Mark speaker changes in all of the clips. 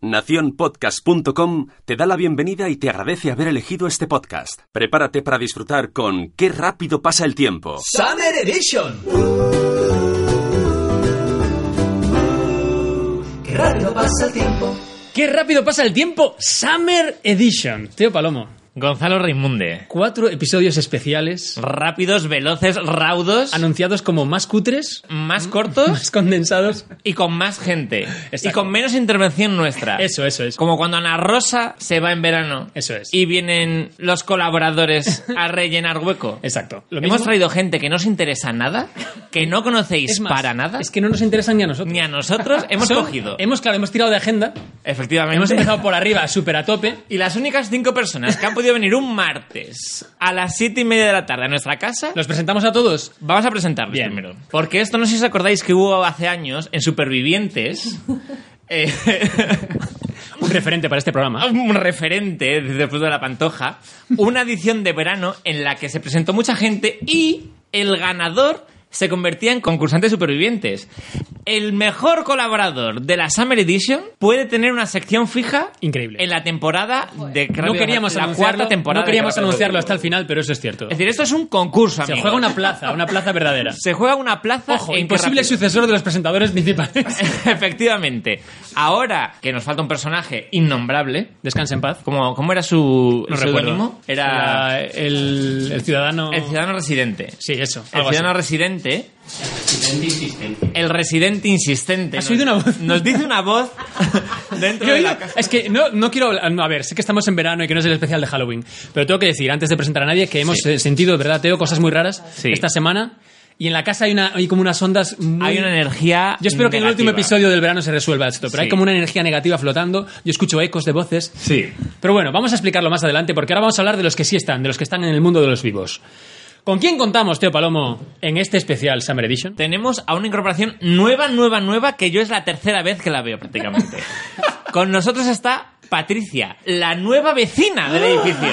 Speaker 1: Nacionpodcast.com te da la bienvenida y te agradece haber elegido este podcast. Prepárate para disfrutar con Qué rápido pasa el tiempo.
Speaker 2: Summer Edition. Qué rápido pasa el tiempo.
Speaker 3: ¡Qué rápido pasa el tiempo! Summer Edition. Teo Palomo.
Speaker 4: Gonzalo Raimunde.
Speaker 3: Cuatro episodios especiales
Speaker 4: Rápidos, veloces, raudos,
Speaker 3: anunciados como más cutres,
Speaker 4: más cortos
Speaker 3: más condensados.
Speaker 4: y con más gente.
Speaker 3: Exacto.
Speaker 4: Y con menos intervención nuestra.
Speaker 3: Eso, eso es.
Speaker 4: Como cuando Ana Rosa se va en verano.
Speaker 3: Eso es.
Speaker 4: Y vienen los colaboradores a rellenar hueco.
Speaker 3: Exacto. Lo
Speaker 4: Hemos
Speaker 3: mismo-
Speaker 4: traído gente que no os interesa nada, que no conocéis
Speaker 3: Es más,
Speaker 4: para nada,
Speaker 3: Es que no nos interesan ni a nosotros.
Speaker 4: ni a nosotros hemos
Speaker 3: Son-
Speaker 4: cogido.
Speaker 3: Hemos, claro, hemos tirado de agenda.
Speaker 4: Efectivamente.
Speaker 3: Hemos empezado por arriba, súper a tope.
Speaker 4: Y las únicas cinco personas que han podido venir un martes a las siete y media de la tarde a nuestra casa
Speaker 3: Los presentamos a todos.
Speaker 4: Vamos a presentarlos
Speaker 3: Bien.
Speaker 4: primero. Porque esto no sé si os acordáis que hubo hace años en Supervivientes. eh,
Speaker 3: Un referente para este programa.
Speaker 4: un referente después de la pantoja. Una edición de verano en la que se presentó mucha gente y el ganador se convertía en concursante de supervivientes. El mejor colaborador de la Summer Edition puede tener una sección fija
Speaker 3: Increíble.
Speaker 4: en la temporada de
Speaker 3: No queríamos
Speaker 4: la
Speaker 3: anunciarlo,
Speaker 4: cuarta temporada.
Speaker 3: no
Speaker 4: de
Speaker 3: queríamos
Speaker 4: Rápido.
Speaker 3: anunciarlo hasta el final, pero eso es cierto.
Speaker 4: Es decir, esto es un concurso,
Speaker 3: Se
Speaker 4: amigos.
Speaker 3: juega una plaza, una plaza verdadera.
Speaker 4: Se juega una plaza
Speaker 3: Ojo,
Speaker 4: en
Speaker 3: imposible
Speaker 4: Rápido.
Speaker 3: sucesor de los presentadores principales.
Speaker 4: Efectivamente. Ahora que nos falta un personaje innombrable,
Speaker 3: Descansa en paz.
Speaker 4: como, ¿cómo era su
Speaker 3: No
Speaker 4: su
Speaker 3: recuerdo.
Speaker 4: seudónimo?
Speaker 3: Era
Speaker 4: Era
Speaker 3: el, el ciudadano.
Speaker 4: el ciudadano residente.
Speaker 3: Sí, eso.
Speaker 4: El
Speaker 3: algo así.
Speaker 4: ciudadano residente. El residente insistente.
Speaker 3: ¿Has
Speaker 4: Nos-
Speaker 3: oído una voz?
Speaker 4: Nos dice una voz dentro
Speaker 3: Yo
Speaker 4: de
Speaker 3: iba-
Speaker 4: la casa.
Speaker 3: es que no, no quiero hablar- no, A ver, sé que estamos en verano y que no es el especial de Halloween, pero tengo que decir, antes de presentar a nadie, que hemos eh, sentido, de verdad, Teo, cosas muy raras
Speaker 4: Sí.
Speaker 3: esta semana. Y en la casa hay, una, hay como unas ondas muy...
Speaker 4: Hay una energía.
Speaker 3: Yo espero que en el último
Speaker 4: negativa.
Speaker 3: episodio del verano se resuelva esto, pero hay
Speaker 4: Sí.
Speaker 3: como una energía negativa flotando. Yo escucho ecos de voces.
Speaker 4: Sí.
Speaker 3: Pero bueno, vamos a explicarlo más adelante, porque ahora vamos a hablar de los que sí están, de los que están en el mundo de los vivos. ¿Con quién contamos, Teo Palomo, en este especial Summer Edition?
Speaker 4: Tenemos a una incorporación nueva, nueva, nueva, que yo es la tercera vez que la veo prácticamente. Con nosotros está Patricia, la nueva vecina del edificio.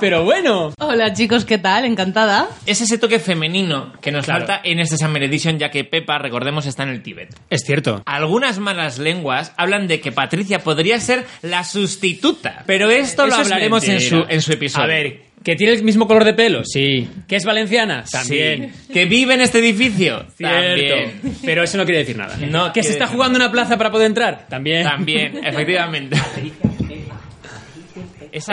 Speaker 3: Pero bueno,
Speaker 5: Hola chicos, ¿qué tal? Encantada.
Speaker 4: Es ese toque femenino que nos
Speaker 3: Claro.
Speaker 4: falta en este Summer Edition, ya que Pepa, recordemos, está en el Tíbet.
Speaker 3: es cierto.
Speaker 4: Algunas malas lenguas hablan de que Patricia podría ser la sustituta. Pero esto lo
Speaker 3: Eso es
Speaker 4: hablaremos en su,
Speaker 3: mentira.
Speaker 4: en su episodio.
Speaker 3: A ver, ¿que tiene el mismo color de pelo? Sí. ¿Que es valenciana?
Speaker 4: Sí.
Speaker 3: También.
Speaker 4: Que vive en este edificio.
Speaker 3: Cierto.
Speaker 4: También.
Speaker 3: Pero eso no quiere decir nada.
Speaker 4: No
Speaker 3: ¿Que
Speaker 4: quiere
Speaker 3: se está
Speaker 4: decir
Speaker 3: jugando ¿eh? una plaza para poder entrar? También.
Speaker 4: También, efectivamente. Esa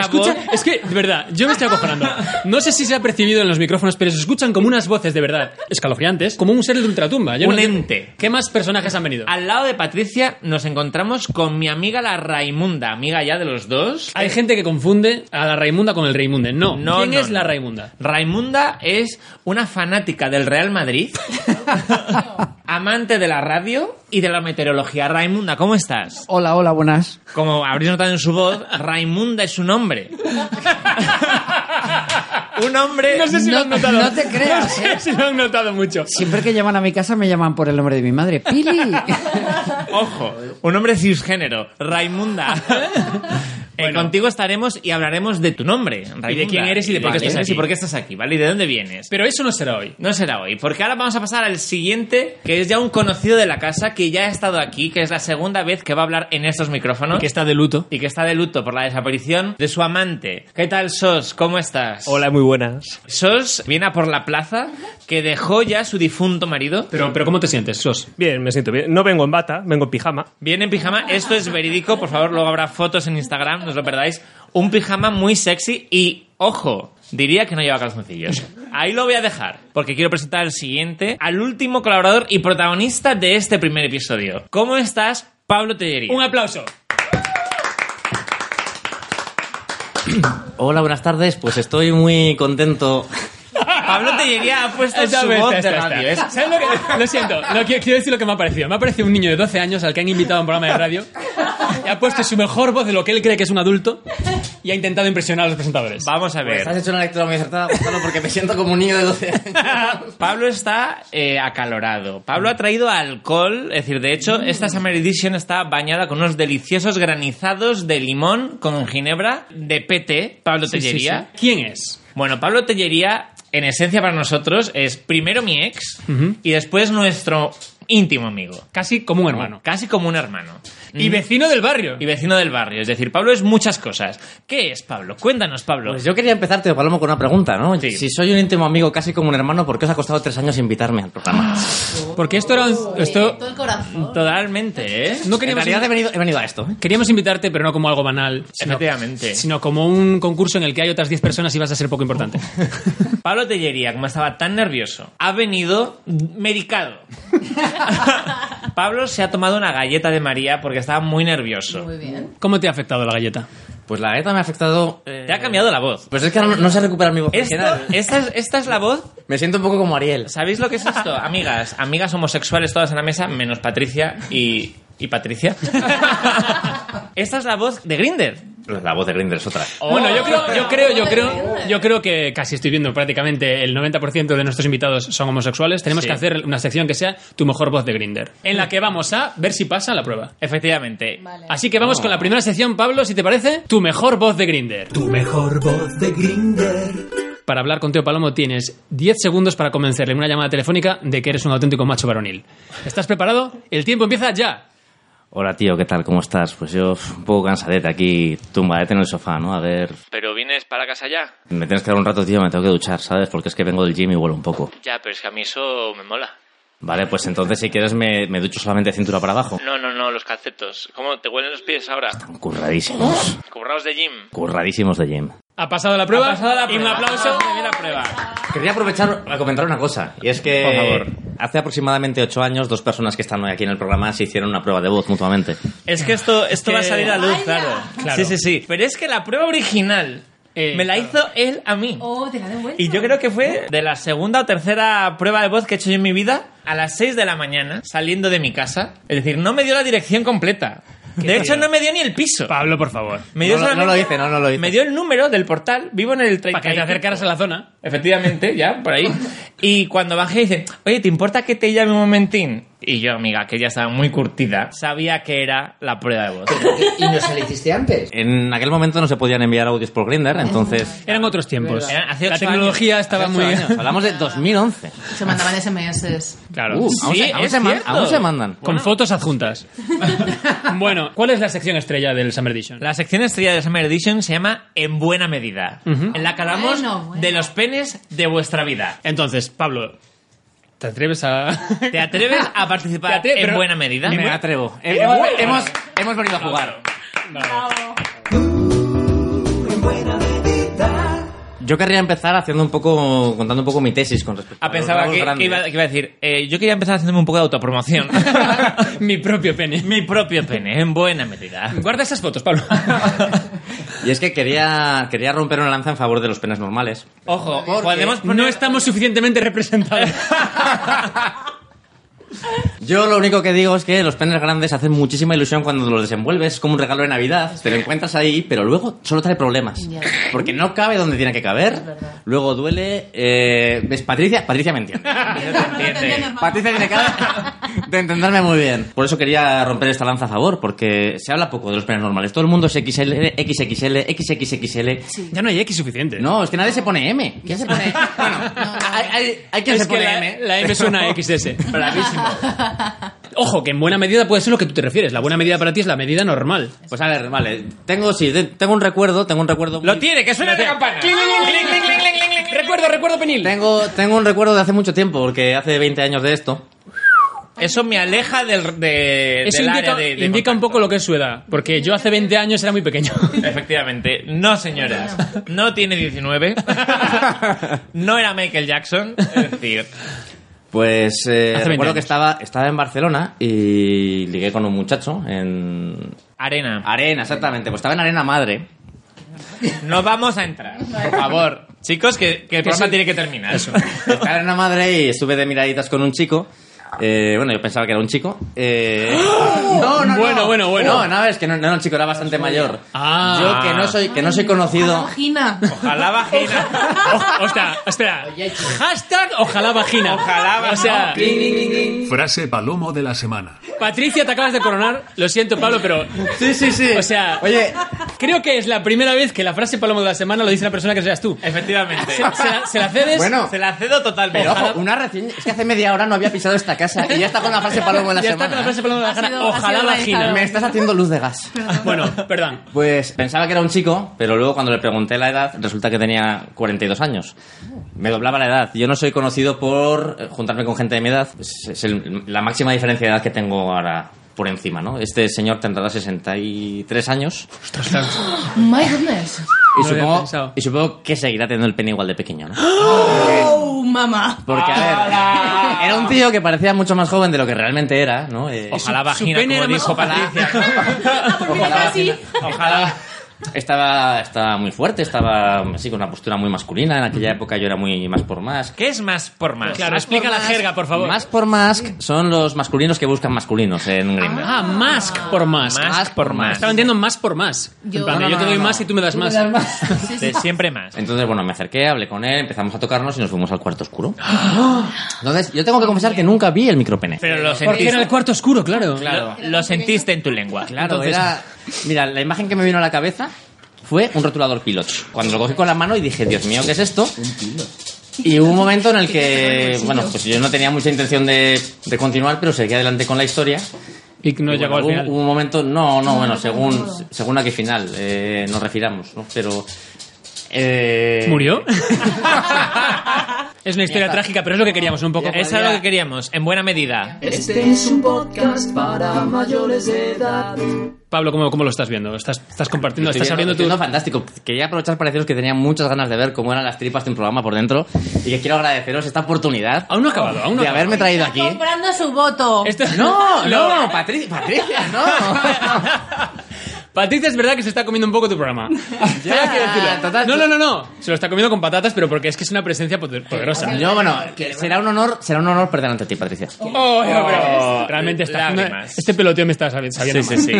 Speaker 3: Escucha,
Speaker 4: voz...
Speaker 3: es que, de verdad, yo me estoy acojonando. No sé si se ha percibido en los micrófonos, pero se escuchan como unas voces, de verdad, escalofriantes, como un ser de ultratumba. Yo
Speaker 4: Un
Speaker 3: no entiendo-
Speaker 4: ente.
Speaker 3: ¿Qué más personajes han venido?
Speaker 4: Al lado de Patricia nos encontramos con mi amiga la Raimunda, amiga ya de los dos.
Speaker 3: Hay gente que confunde a la Raimunda con el Raimunde. No.
Speaker 4: No,
Speaker 3: ¿Quién
Speaker 4: no,
Speaker 3: es la
Speaker 4: no.
Speaker 3: Raimunda?
Speaker 4: Raimunda es una fanática del Real Madrid, amante de la radio y de la meteorología. Raimunda, ¿cómo estás?
Speaker 6: Hola, hola, buenas.
Speaker 4: Como habréis notado en su voz, Raimunda es un hombre. un hombre...
Speaker 3: No sé si lo
Speaker 6: No-
Speaker 3: han notado.
Speaker 6: no te creas, ¿eh?
Speaker 3: No sé si lo han notado mucho.
Speaker 6: Siempre que llaman a mi casa me llaman por el nombre de mi madre. ¡Pili!
Speaker 4: Ojo, un hombre cisgénero, Raimunda. Eh, contigo estaremos y hablaremos de tu nombre, Raimunda.
Speaker 3: quién eres y de por qué
Speaker 4: Vale,
Speaker 3: estás aquí.
Speaker 4: y por qué estás aquí, ¿vale? Y de dónde vienes.
Speaker 3: Pero eso no será hoy.
Speaker 4: No será hoy, porque ahora vamos a pasar al siguiente, que es ya un conocido de la casa, que ya ha estado aquí, que es la segunda vez que va a hablar en estos micrófonos.
Speaker 3: Que está de luto.
Speaker 4: y que está de luto por la desaparición de su amante. ¿Qué tal, Sos? ¿Cómo estás?
Speaker 7: Hola, muy buenas.
Speaker 4: Sos viene a por la plaza, que dejó ya su difunto marido.
Speaker 3: Pero, pero ¿cómo te sientes, Sos?
Speaker 7: Bien, me siento bien. No vengo en bata, vengo en pijama.
Speaker 4: Viene en pijama, esto es verídico, por favor, luego habrá fotos en Instagram, no os lo perdáis. Un pijama muy sexy y, ojo, diría que no lleva calzoncillos. Ahí lo voy a dejar, porque quiero presentar al siguiente, al último colaborador y protagonista de este primer episodio. ¿Cómo estás, Pablo Tellería?
Speaker 3: Un aplauso.
Speaker 8: Hola, buenas tardes. Pues estoy muy contento.
Speaker 4: Pablo Tellería pues, ha puesto
Speaker 3: Esta
Speaker 4: su
Speaker 3: vez,
Speaker 4: voz
Speaker 3: esta,
Speaker 4: de ¿eh?
Speaker 3: esta.
Speaker 4: radio. Es-
Speaker 3: ¿Sabes lo, que- lo siento, lo que- quiero decir lo que me ha parecido. Me ha parecido un niño de 12 años al que han invitado a un programa de radio y ha puesto su mejor voz de lo que él cree que es un adulto y ha intentado impresionar a los presentadores.
Speaker 4: Vamos a
Speaker 8: Pues has
Speaker 4: ver.
Speaker 8: hecho una lectura muy acertada, Gonzalo, porque me siento como un niño de 12 años.
Speaker 4: Pablo está eh, acalorado. Pablo ha traído alcohol. Es decir, de hecho, esta Summer Edition está bañada con unos deliciosos granizados de limón con ginebra de PT, Pablo
Speaker 3: Sí, sí,
Speaker 4: Tellería.
Speaker 3: sí. ¿Quién es?
Speaker 4: Bueno, Pablo Tellería, en esencia para nosotros, es primero mi ex y después nuestro íntimo amigo.
Speaker 3: Casi como un hermano.
Speaker 4: Casi como un hermano.
Speaker 3: Y
Speaker 4: Mm.
Speaker 3: vecino del barrio.
Speaker 4: Y vecino del barrio. Es decir, Pablo es muchas cosas. ¿Qué es Pablo? Cuéntanos, Pablo.
Speaker 8: Pues yo quería empezar, Teo Palomo, con una pregunta, ¿no?
Speaker 4: Sí.
Speaker 8: Si soy un íntimo amigo, casi como un hermano, ¿por qué os ha costado tres años invitarme al programa?
Speaker 3: Porque esto era un- esto
Speaker 5: Todo el corazón.
Speaker 4: Totalmente, ¿eh?
Speaker 3: no
Speaker 8: en
Speaker 3: queríamos
Speaker 8: realidad he venido, he venido a esto. ¿eh?
Speaker 3: Queríamos invitarte, pero no como algo banal, sino,
Speaker 4: Efectivamente.
Speaker 3: sino como un concurso en el que hay otras 10 personas y vas a ser poco importante.
Speaker 4: Pablo Tellería, como estaba tan nervioso, ha venido medicado. Pablo se ha tomado una galleta de María porque estaba muy nervioso.
Speaker 5: Muy bien.
Speaker 3: ¿Cómo te ha afectado la galleta?
Speaker 8: Pues la neta me ha afectado... eh,
Speaker 4: Te ha cambiado la voz.
Speaker 8: Pues es que ahora no, no sé recuperar mi voz
Speaker 4: Esto-
Speaker 8: original.
Speaker 4: esta, es, esta es la voz.
Speaker 8: Me siento un poco como Ariel.
Speaker 4: ¿Sabéis lo que es esto? Amigas, amigas homosexuales todas en la mesa, menos Patricia y. ¿Y Patricia? esta es la voz de Grinder.
Speaker 8: La voz de Grindr es otra.
Speaker 3: bueno, yo creo, yo creo, yo creo, yo creo que casi estoy viendo prácticamente el 90% de nuestros invitados son homosexuales. Tenemos
Speaker 4: Sí. Mm.
Speaker 3: que hacer una sección que sea tu mejor voz de Grinder, en la que vamos a ver si pasa la prueba.
Speaker 4: Efectivamente. Oh.
Speaker 5: Vale.
Speaker 3: Así que vamos con la primera sección, Pablo, si te parece, tu mejor voz de Grinder.
Speaker 2: Tu mejor voz de Grinder.
Speaker 3: Para hablar con Teo Palomo tienes 10 segundos para convencerle en una llamada telefónica de que eres un auténtico macho varonil. ¿Estás preparado? El tiempo empieza ya.
Speaker 8: Hola tío, ¿qué tal? ¿Cómo estás? Pues yo un poco cansadete aquí, tumbadete en el sofá, ¿no? A ver,
Speaker 4: Pero vienes para casa ya.
Speaker 8: me tienes que dar un rato, tío, me tengo que duchar, ¿sabes? Porque es que vengo del gym y vuelo un poco.
Speaker 4: Ya, pero es que a mí eso me mola.
Speaker 8: Vale, pues entonces si quieres me, me ducho solamente de cintura para abajo.
Speaker 4: No, no, no, los calcetos. ¿Cómo te huelen los pies ahora?
Speaker 8: Curradísimos,
Speaker 4: Curraos de gym.
Speaker 8: curradísimos de gym.
Speaker 3: ¿Ha pasado la prueba?
Speaker 4: Ha pasado la
Speaker 3: Y un
Speaker 4: prueba.
Speaker 3: aplauso.
Speaker 4: Muy bien la prueba.
Speaker 8: Quería aprovechar a comentar una cosa, y es que
Speaker 4: Por favor.
Speaker 8: hace aproximadamente ocho años dos personas que están hoy aquí en el programa se hicieron una prueba de voz mutuamente.
Speaker 4: Es que esto, esto
Speaker 3: Que-
Speaker 4: va a salir a luz,
Speaker 5: Vaya.
Speaker 4: claro.
Speaker 3: Claro.
Speaker 4: Sí, sí, sí. Pero es que la prueba original
Speaker 3: Eh,
Speaker 4: me la
Speaker 3: claro.
Speaker 4: hizo él a mí.
Speaker 5: Oh, te la den vuelta.
Speaker 4: Y yo creo que fue de la segunda o tercera prueba de voz que he hecho yo en mi vida a las 6 de la mañana, saliendo de mi casa. Es decir, no me dio la dirección completa. De hecho, no me dio ni el piso.
Speaker 3: Pablo, por favor.
Speaker 4: Me dio
Speaker 8: No lo- no
Speaker 4: solamente-
Speaker 8: lo hice, no, no lo hice.
Speaker 4: Me dio el número del portal, vivo en el 30.
Speaker 3: Para que te acercaras a la zona.
Speaker 4: Efectivamente, ya, por ahí. Y cuando bajé, dice, oye, ¿te importa que te llame un momentín? Y yo, amiga, que ya estaba muy curtida, sabía que era la prueba de voz.
Speaker 6: ¿Y no se le hiciste antes?
Speaker 8: En aquel momento no se podían enviar audios por Grindr, entonces...
Speaker 3: Eran otros tiempos.
Speaker 4: Eran hace
Speaker 3: la
Speaker 4: ocho
Speaker 3: tecnología
Speaker 4: años.
Speaker 3: estaba
Speaker 8: Hace
Speaker 3: muy...
Speaker 8: ocho años, hablamos de 2011.
Speaker 5: Se mandaban SMS.
Speaker 3: Claro.
Speaker 8: Uh, aún,
Speaker 4: Sí,
Speaker 8: se, aún
Speaker 4: es
Speaker 8: se man-
Speaker 4: cierto.
Speaker 8: aún se mandan.
Speaker 3: Con fotos adjuntas. bueno, ¿cuál es la sección estrella del Summer Edition?
Speaker 4: La sección estrella de Summer Edition se llama En Buena Medida, en la que hablamos
Speaker 5: Bueno, bueno.
Speaker 4: de los penes de vuestra vida.
Speaker 3: Entonces, Pablo, ¿te atreves a...?
Speaker 4: ¿Te atreves a participar
Speaker 3: Te atre-
Speaker 4: en
Speaker 3: pero-
Speaker 4: buena medida?
Speaker 3: Ni
Speaker 8: Me
Speaker 3: bu-
Speaker 8: atrevo. Eh,
Speaker 3: Ni
Speaker 8: Hemos-
Speaker 3: bueno.
Speaker 8: hemos, hemos venido a jugar.
Speaker 2: En buena medida.
Speaker 8: Yo querría empezar haciendo un poco, contando un poco mi tesis con respecto
Speaker 4: Ah,
Speaker 8: los
Speaker 4: pensaba
Speaker 8: lagos
Speaker 4: que, que
Speaker 8: grandes.
Speaker 4: iba, que iba a decir, eh, yo quería empezar haciéndome un poco de autopromoción.
Speaker 3: Mi propio pene.
Speaker 4: Mi propio pene, en buena medida.
Speaker 3: Guarda esas fotos, Pablo.
Speaker 8: Y es que quería, quería romper una lanza en favor de los penes normales.
Speaker 4: Ojo, podemos poner...
Speaker 3: No estamos suficientemente representados.
Speaker 8: Yo lo único que digo es que los penes grandes hacen muchísima ilusión cuando los desenvuelves. Es como un regalo de Navidad. Te lo encuentras ahí, pero luego solo trae problemas.
Speaker 5: Ya.
Speaker 8: Porque no cabe donde tiene que
Speaker 5: Es
Speaker 8: caber.
Speaker 5: verdad.
Speaker 8: Luego duele. eh, ¿Ves? Patricia, Patricia me entiende. Patricia tiene cara de entenderme muy bien. Por eso quería romper esta lanza a favor, porque se habla poco de los penes normales. Todo el mundo es XL, XXL, XXXL.
Speaker 3: ya no hay X suficiente.
Speaker 8: No, es que nadie se pone M. ¿Quién se pone Bueno, hay, hay- hay quien
Speaker 3: es
Speaker 8: se pone
Speaker 3: que la,
Speaker 8: M.
Speaker 3: la M ¿eh?
Speaker 8: pero-
Speaker 3: suena a XS. Bravísimo. Ojo, que en buena medida puede ser lo que tú te refieres. La buena medida para ti es la medida normal.
Speaker 8: Pues a ver, vale. Tengo, sí, de- tengo un recuerdo, tengo un recuerdo.
Speaker 4: Lo
Speaker 8: muy-
Speaker 4: tiene, que suena la campana.
Speaker 3: Recuerdo, recuerdo, Penil.
Speaker 8: Tengo, tengo un recuerdo de hace mucho tiempo, porque hace 20 años de esto.
Speaker 4: Eso me aleja del, de,
Speaker 3: Eso
Speaker 4: del
Speaker 3: indica,
Speaker 4: área de, de
Speaker 3: indica un
Speaker 4: contacto.
Speaker 3: poco lo que es su edad. Porque yo hace 20 años era muy pequeño.
Speaker 4: Efectivamente. No, señoras. No tiene 19. No era Michael Jackson. Es decir,
Speaker 8: Pues eh,
Speaker 3: Hace 20
Speaker 8: recuerdo que
Speaker 3: años.
Speaker 8: estaba, estaba en Barcelona y ligué con un muchacho en
Speaker 4: arena.
Speaker 8: Arena, exactamente. Pues estaba en Arena Madre.
Speaker 4: No vamos a entrar. Por favor. Chicos, que, que el programa
Speaker 3: sí.
Speaker 4: tiene que terminar.
Speaker 8: Estaba en Arena Madre y estuve de miraditas con un chico. Eh, bueno, yo pensaba que era un chico. Eh, no, no,
Speaker 3: ¡Ah! Bueno,
Speaker 8: no.
Speaker 3: bueno,
Speaker 8: No,
Speaker 3: bueno.
Speaker 8: no, es que no, no era un chico, era bastante mayor.
Speaker 3: Ah.
Speaker 8: Yo que no soy, que no soy conocido.
Speaker 5: Vagina.
Speaker 4: Ojalá vagina.
Speaker 3: O- Ostras, espera. Hashtag ojalá vagina.
Speaker 4: Ojalá vagina.
Speaker 3: O sea,
Speaker 9: Frase palomo de la semana.
Speaker 3: Patricia, te acabas de coronar. Lo siento, Pablo, pero.
Speaker 8: Sí, sí, sí.
Speaker 3: O sea.
Speaker 8: Oye,
Speaker 3: Creo que es la primera vez que la frase palomo de la semana lo dice una persona que seas tú.
Speaker 4: Efectivamente.
Speaker 3: Se, se la, se la cedes.
Speaker 8: Bueno.
Speaker 4: Se la cedo totalmente.
Speaker 8: pero ojo, una recién. Es que hace media hora no había pisado esta casa y ya está con la frase palomo de la
Speaker 3: ya está
Speaker 8: semana.
Speaker 3: con la frase palomo de la
Speaker 5: Ha
Speaker 3: semana.
Speaker 5: sido- ha
Speaker 3: Ojalá
Speaker 5: sido
Speaker 3: vagina.
Speaker 5: realizado.
Speaker 8: Me estás haciendo luz de gas.
Speaker 3: Bueno, perdón.
Speaker 8: Pues pensaba que era un chico, pero luego cuando le pregunté la edad, resulta que tenía 42 años. Me doblaba la edad. Yo no soy conocido por eh, juntarme con gente de mi edad. Es, es el- la máxima diferencia de edad que tengo ahora por encima, ¿no? Este señor tendrá 63 años
Speaker 5: My goodness.
Speaker 8: y,
Speaker 3: No lo había
Speaker 8: supongo,
Speaker 3: pensado.
Speaker 8: y supongo que seguirá teniendo el pene igual de pequeño, ¿no?
Speaker 5: Oh, mamá.
Speaker 8: Porque, a ver, era un tío que parecía mucho más joven de lo que realmente era, ¿no? Eh,
Speaker 4: Ojalá
Speaker 3: Su- su
Speaker 4: vagina,
Speaker 3: pene
Speaker 4: como
Speaker 3: era más
Speaker 4: dijo
Speaker 3: ojalá.
Speaker 4: Patricia.
Speaker 5: Ah, pues mira, casi.
Speaker 8: Ojalá. Estaba, estaba muy fuerte, estaba así con una postura muy masculina. En aquella época yo era muy más por más.
Speaker 4: ¿Qué es más por más?
Speaker 3: Claro, explica la jerga, por favor.
Speaker 8: Más por más son los masculinos que buscan masculinos en Grindr.
Speaker 3: Ah, más por más.
Speaker 4: Más
Speaker 8: Más por más.
Speaker 3: Estaba entendiendo más por más. En
Speaker 5: Yo-
Speaker 3: plan de,
Speaker 5: No,
Speaker 3: yo
Speaker 5: no,
Speaker 3: te
Speaker 5: no,
Speaker 3: doy
Speaker 5: no.
Speaker 3: más y tú me das más.
Speaker 5: Sí, sí.
Speaker 4: De siempre más.
Speaker 8: Entonces, bueno, me acerqué, hablé con él, empezamos a tocarnos y nos fuimos al cuarto oscuro. Entonces, yo tengo que confesar que nunca vi el micropene.
Speaker 4: Pero lo
Speaker 3: Porque
Speaker 4: sentiste,
Speaker 3: era el cuarto oscuro, claro.
Speaker 8: Claro,
Speaker 4: lo sentiste en tu lengua.
Speaker 8: claro,
Speaker 4: Entonces,
Speaker 8: era... Mira, la imagen que me vino a la cabeza fue un rotulador pilot. Cuando lo cogí con la mano y dije, Dios mío, ¿qué es esto? Y hubo un momento en el que, bueno, pues yo no tenía mucha intención de, de continuar, pero seguí adelante con la historia.
Speaker 3: Y no
Speaker 8: Y
Speaker 3: llegó
Speaker 8: bueno,
Speaker 3: al
Speaker 8: hubo-
Speaker 3: final.
Speaker 8: Hubo un momento, no, no, bueno,
Speaker 5: no,
Speaker 8: según,
Speaker 5: no.
Speaker 8: según a qué final eh, nos refiramos, ¿no? Pero. eh,
Speaker 3: ¿Murió? es una historia
Speaker 8: está.
Speaker 3: trágica, pero es lo que queríamos un poco.
Speaker 4: Eso es lo que queríamos, en buena medida.
Speaker 2: Este es un podcast para mayores de edad.
Speaker 3: Pablo, ¿cómo, cómo lo estás viendo? ¿Estás, estás compartiendo?
Speaker 8: estoy
Speaker 3: ¿Estás
Speaker 8: viendo-
Speaker 3: abriendo
Speaker 8: estoy
Speaker 3: tu...?
Speaker 8: viendo fantástico. Quería aprovechar para deciros que tenía muchas ganas de ver cómo eran las tripas de un programa por dentro y que quiero agradeceros esta oportunidad
Speaker 3: Aún no ha acabado, aún no
Speaker 8: de
Speaker 3: ha acabado.
Speaker 8: haberme traído aquí.
Speaker 5: Comprando su voto.
Speaker 3: Esto-
Speaker 8: No, no, Patri- Patricia, no.
Speaker 3: Patricia, es verdad que se está comiendo un poco tu programa.
Speaker 8: Ya,
Speaker 3: Hay que decirlo.
Speaker 8: total,
Speaker 3: no,
Speaker 8: tú-
Speaker 3: no, no, no. Se lo está comiendo con patatas, pero porque es que es una presencia poder- poderosa.
Speaker 8: Yo, bueno, que será un honor, será un honor perder ante ti, Patricia.
Speaker 3: Oh, ya veo. Realmente está
Speaker 4: Lágrimas.
Speaker 3: Este peloteo me está sabi- sabiendo
Speaker 4: Sí,
Speaker 3: mal.
Speaker 4: sí,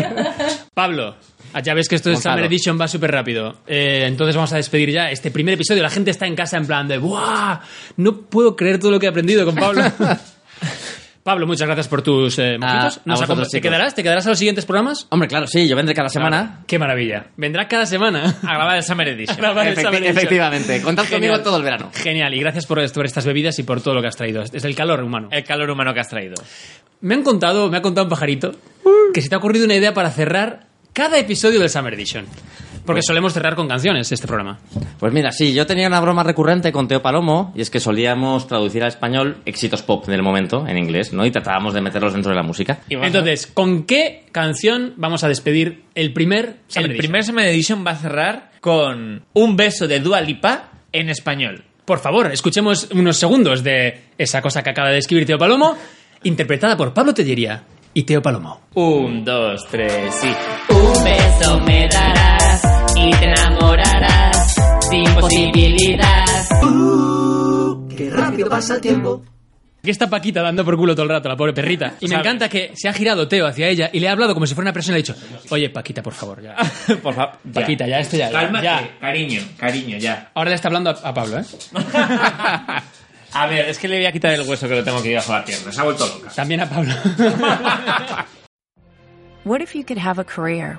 Speaker 4: sí.
Speaker 3: Pablo, Ah, ya ves que esto de
Speaker 8: Gonzalo.
Speaker 3: Summer Edition va súper rápido. Eh, entonces vamos a despedir ya este primer episodio. La gente está en casa en plan de ¡buah! No puedo creer todo lo que he aprendido con Pablo. Pablo, muchas gracias por tus
Speaker 4: Ah,
Speaker 3: eh, mojitos.
Speaker 8: a
Speaker 3: Nos
Speaker 8: vosotros,
Speaker 3: acom- ¿Te
Speaker 8: chicos.
Speaker 3: quedarás? ¿Te quedarás a los siguientes programas?
Speaker 8: Hombre, claro, sí, yo vendré cada semana.
Speaker 3: Qué maravilla. Vendrá cada semana.
Speaker 4: A grabar el Summer Edition.
Speaker 3: A grabar el
Speaker 8: Efecti-
Speaker 3: Summer Edition.
Speaker 8: efectivamente, contad conmigo todo el verano.
Speaker 3: Genial, y gracias por, por estas bebidas y por todo lo que has traído. Es el calor humano.
Speaker 4: El calor humano que has traído.
Speaker 3: Me han contado, me ha contado un pajarito que se te ha ocurrido una idea para cerrar cada episodio del Summer Edition. Porque solemos cerrar con canciones este programa.
Speaker 8: Pues mira, sí, yo tenía una broma recurrente con Teo Palomo y es que solíamos traducir al español éxitos pop del momento en inglés, ¿no? Y tratábamos de meterlos dentro de la música.
Speaker 4: Y bueno.
Speaker 3: Entonces, ¿con qué canción vamos a despedir el primer Summer
Speaker 4: el
Speaker 3: Edition?
Speaker 4: primer Summer Edition va a cerrar con un beso de Dua Lipa en español.
Speaker 3: Por favor, escuchemos unos segundos de esa cosa que acaba de escribir Teo Palomo, interpretada por Pablo Tellería y Teo Palomo.
Speaker 4: Un, dos, tres, sí.
Speaker 10: Un beso me darás y te enamorarás sin posibilidad.
Speaker 2: Qué rápido pasa el tiempo.
Speaker 3: Aquí está Paquita dando por culo todo el rato, la pobre perrita. Y me
Speaker 4: ¿Sabes?
Speaker 3: encanta que se ha girado Teo hacia ella y le ha hablado como si fuera una persona y le ha dicho, oye, Paquita, por favor, ya.
Speaker 4: Por favor.
Speaker 3: Paquita, ya, esto ya, ya,
Speaker 4: Cálmate,
Speaker 3: ya.
Speaker 4: cariño, cariño, ya.
Speaker 3: Ahora le está hablando a, a Pablo, ¿eh?
Speaker 4: A ver, es que le voy a quitar el hueso que lo tengo aquí bajo la pierna. Se ha vuelto loca.
Speaker 3: También a Pablo.
Speaker 10: What if you could have a career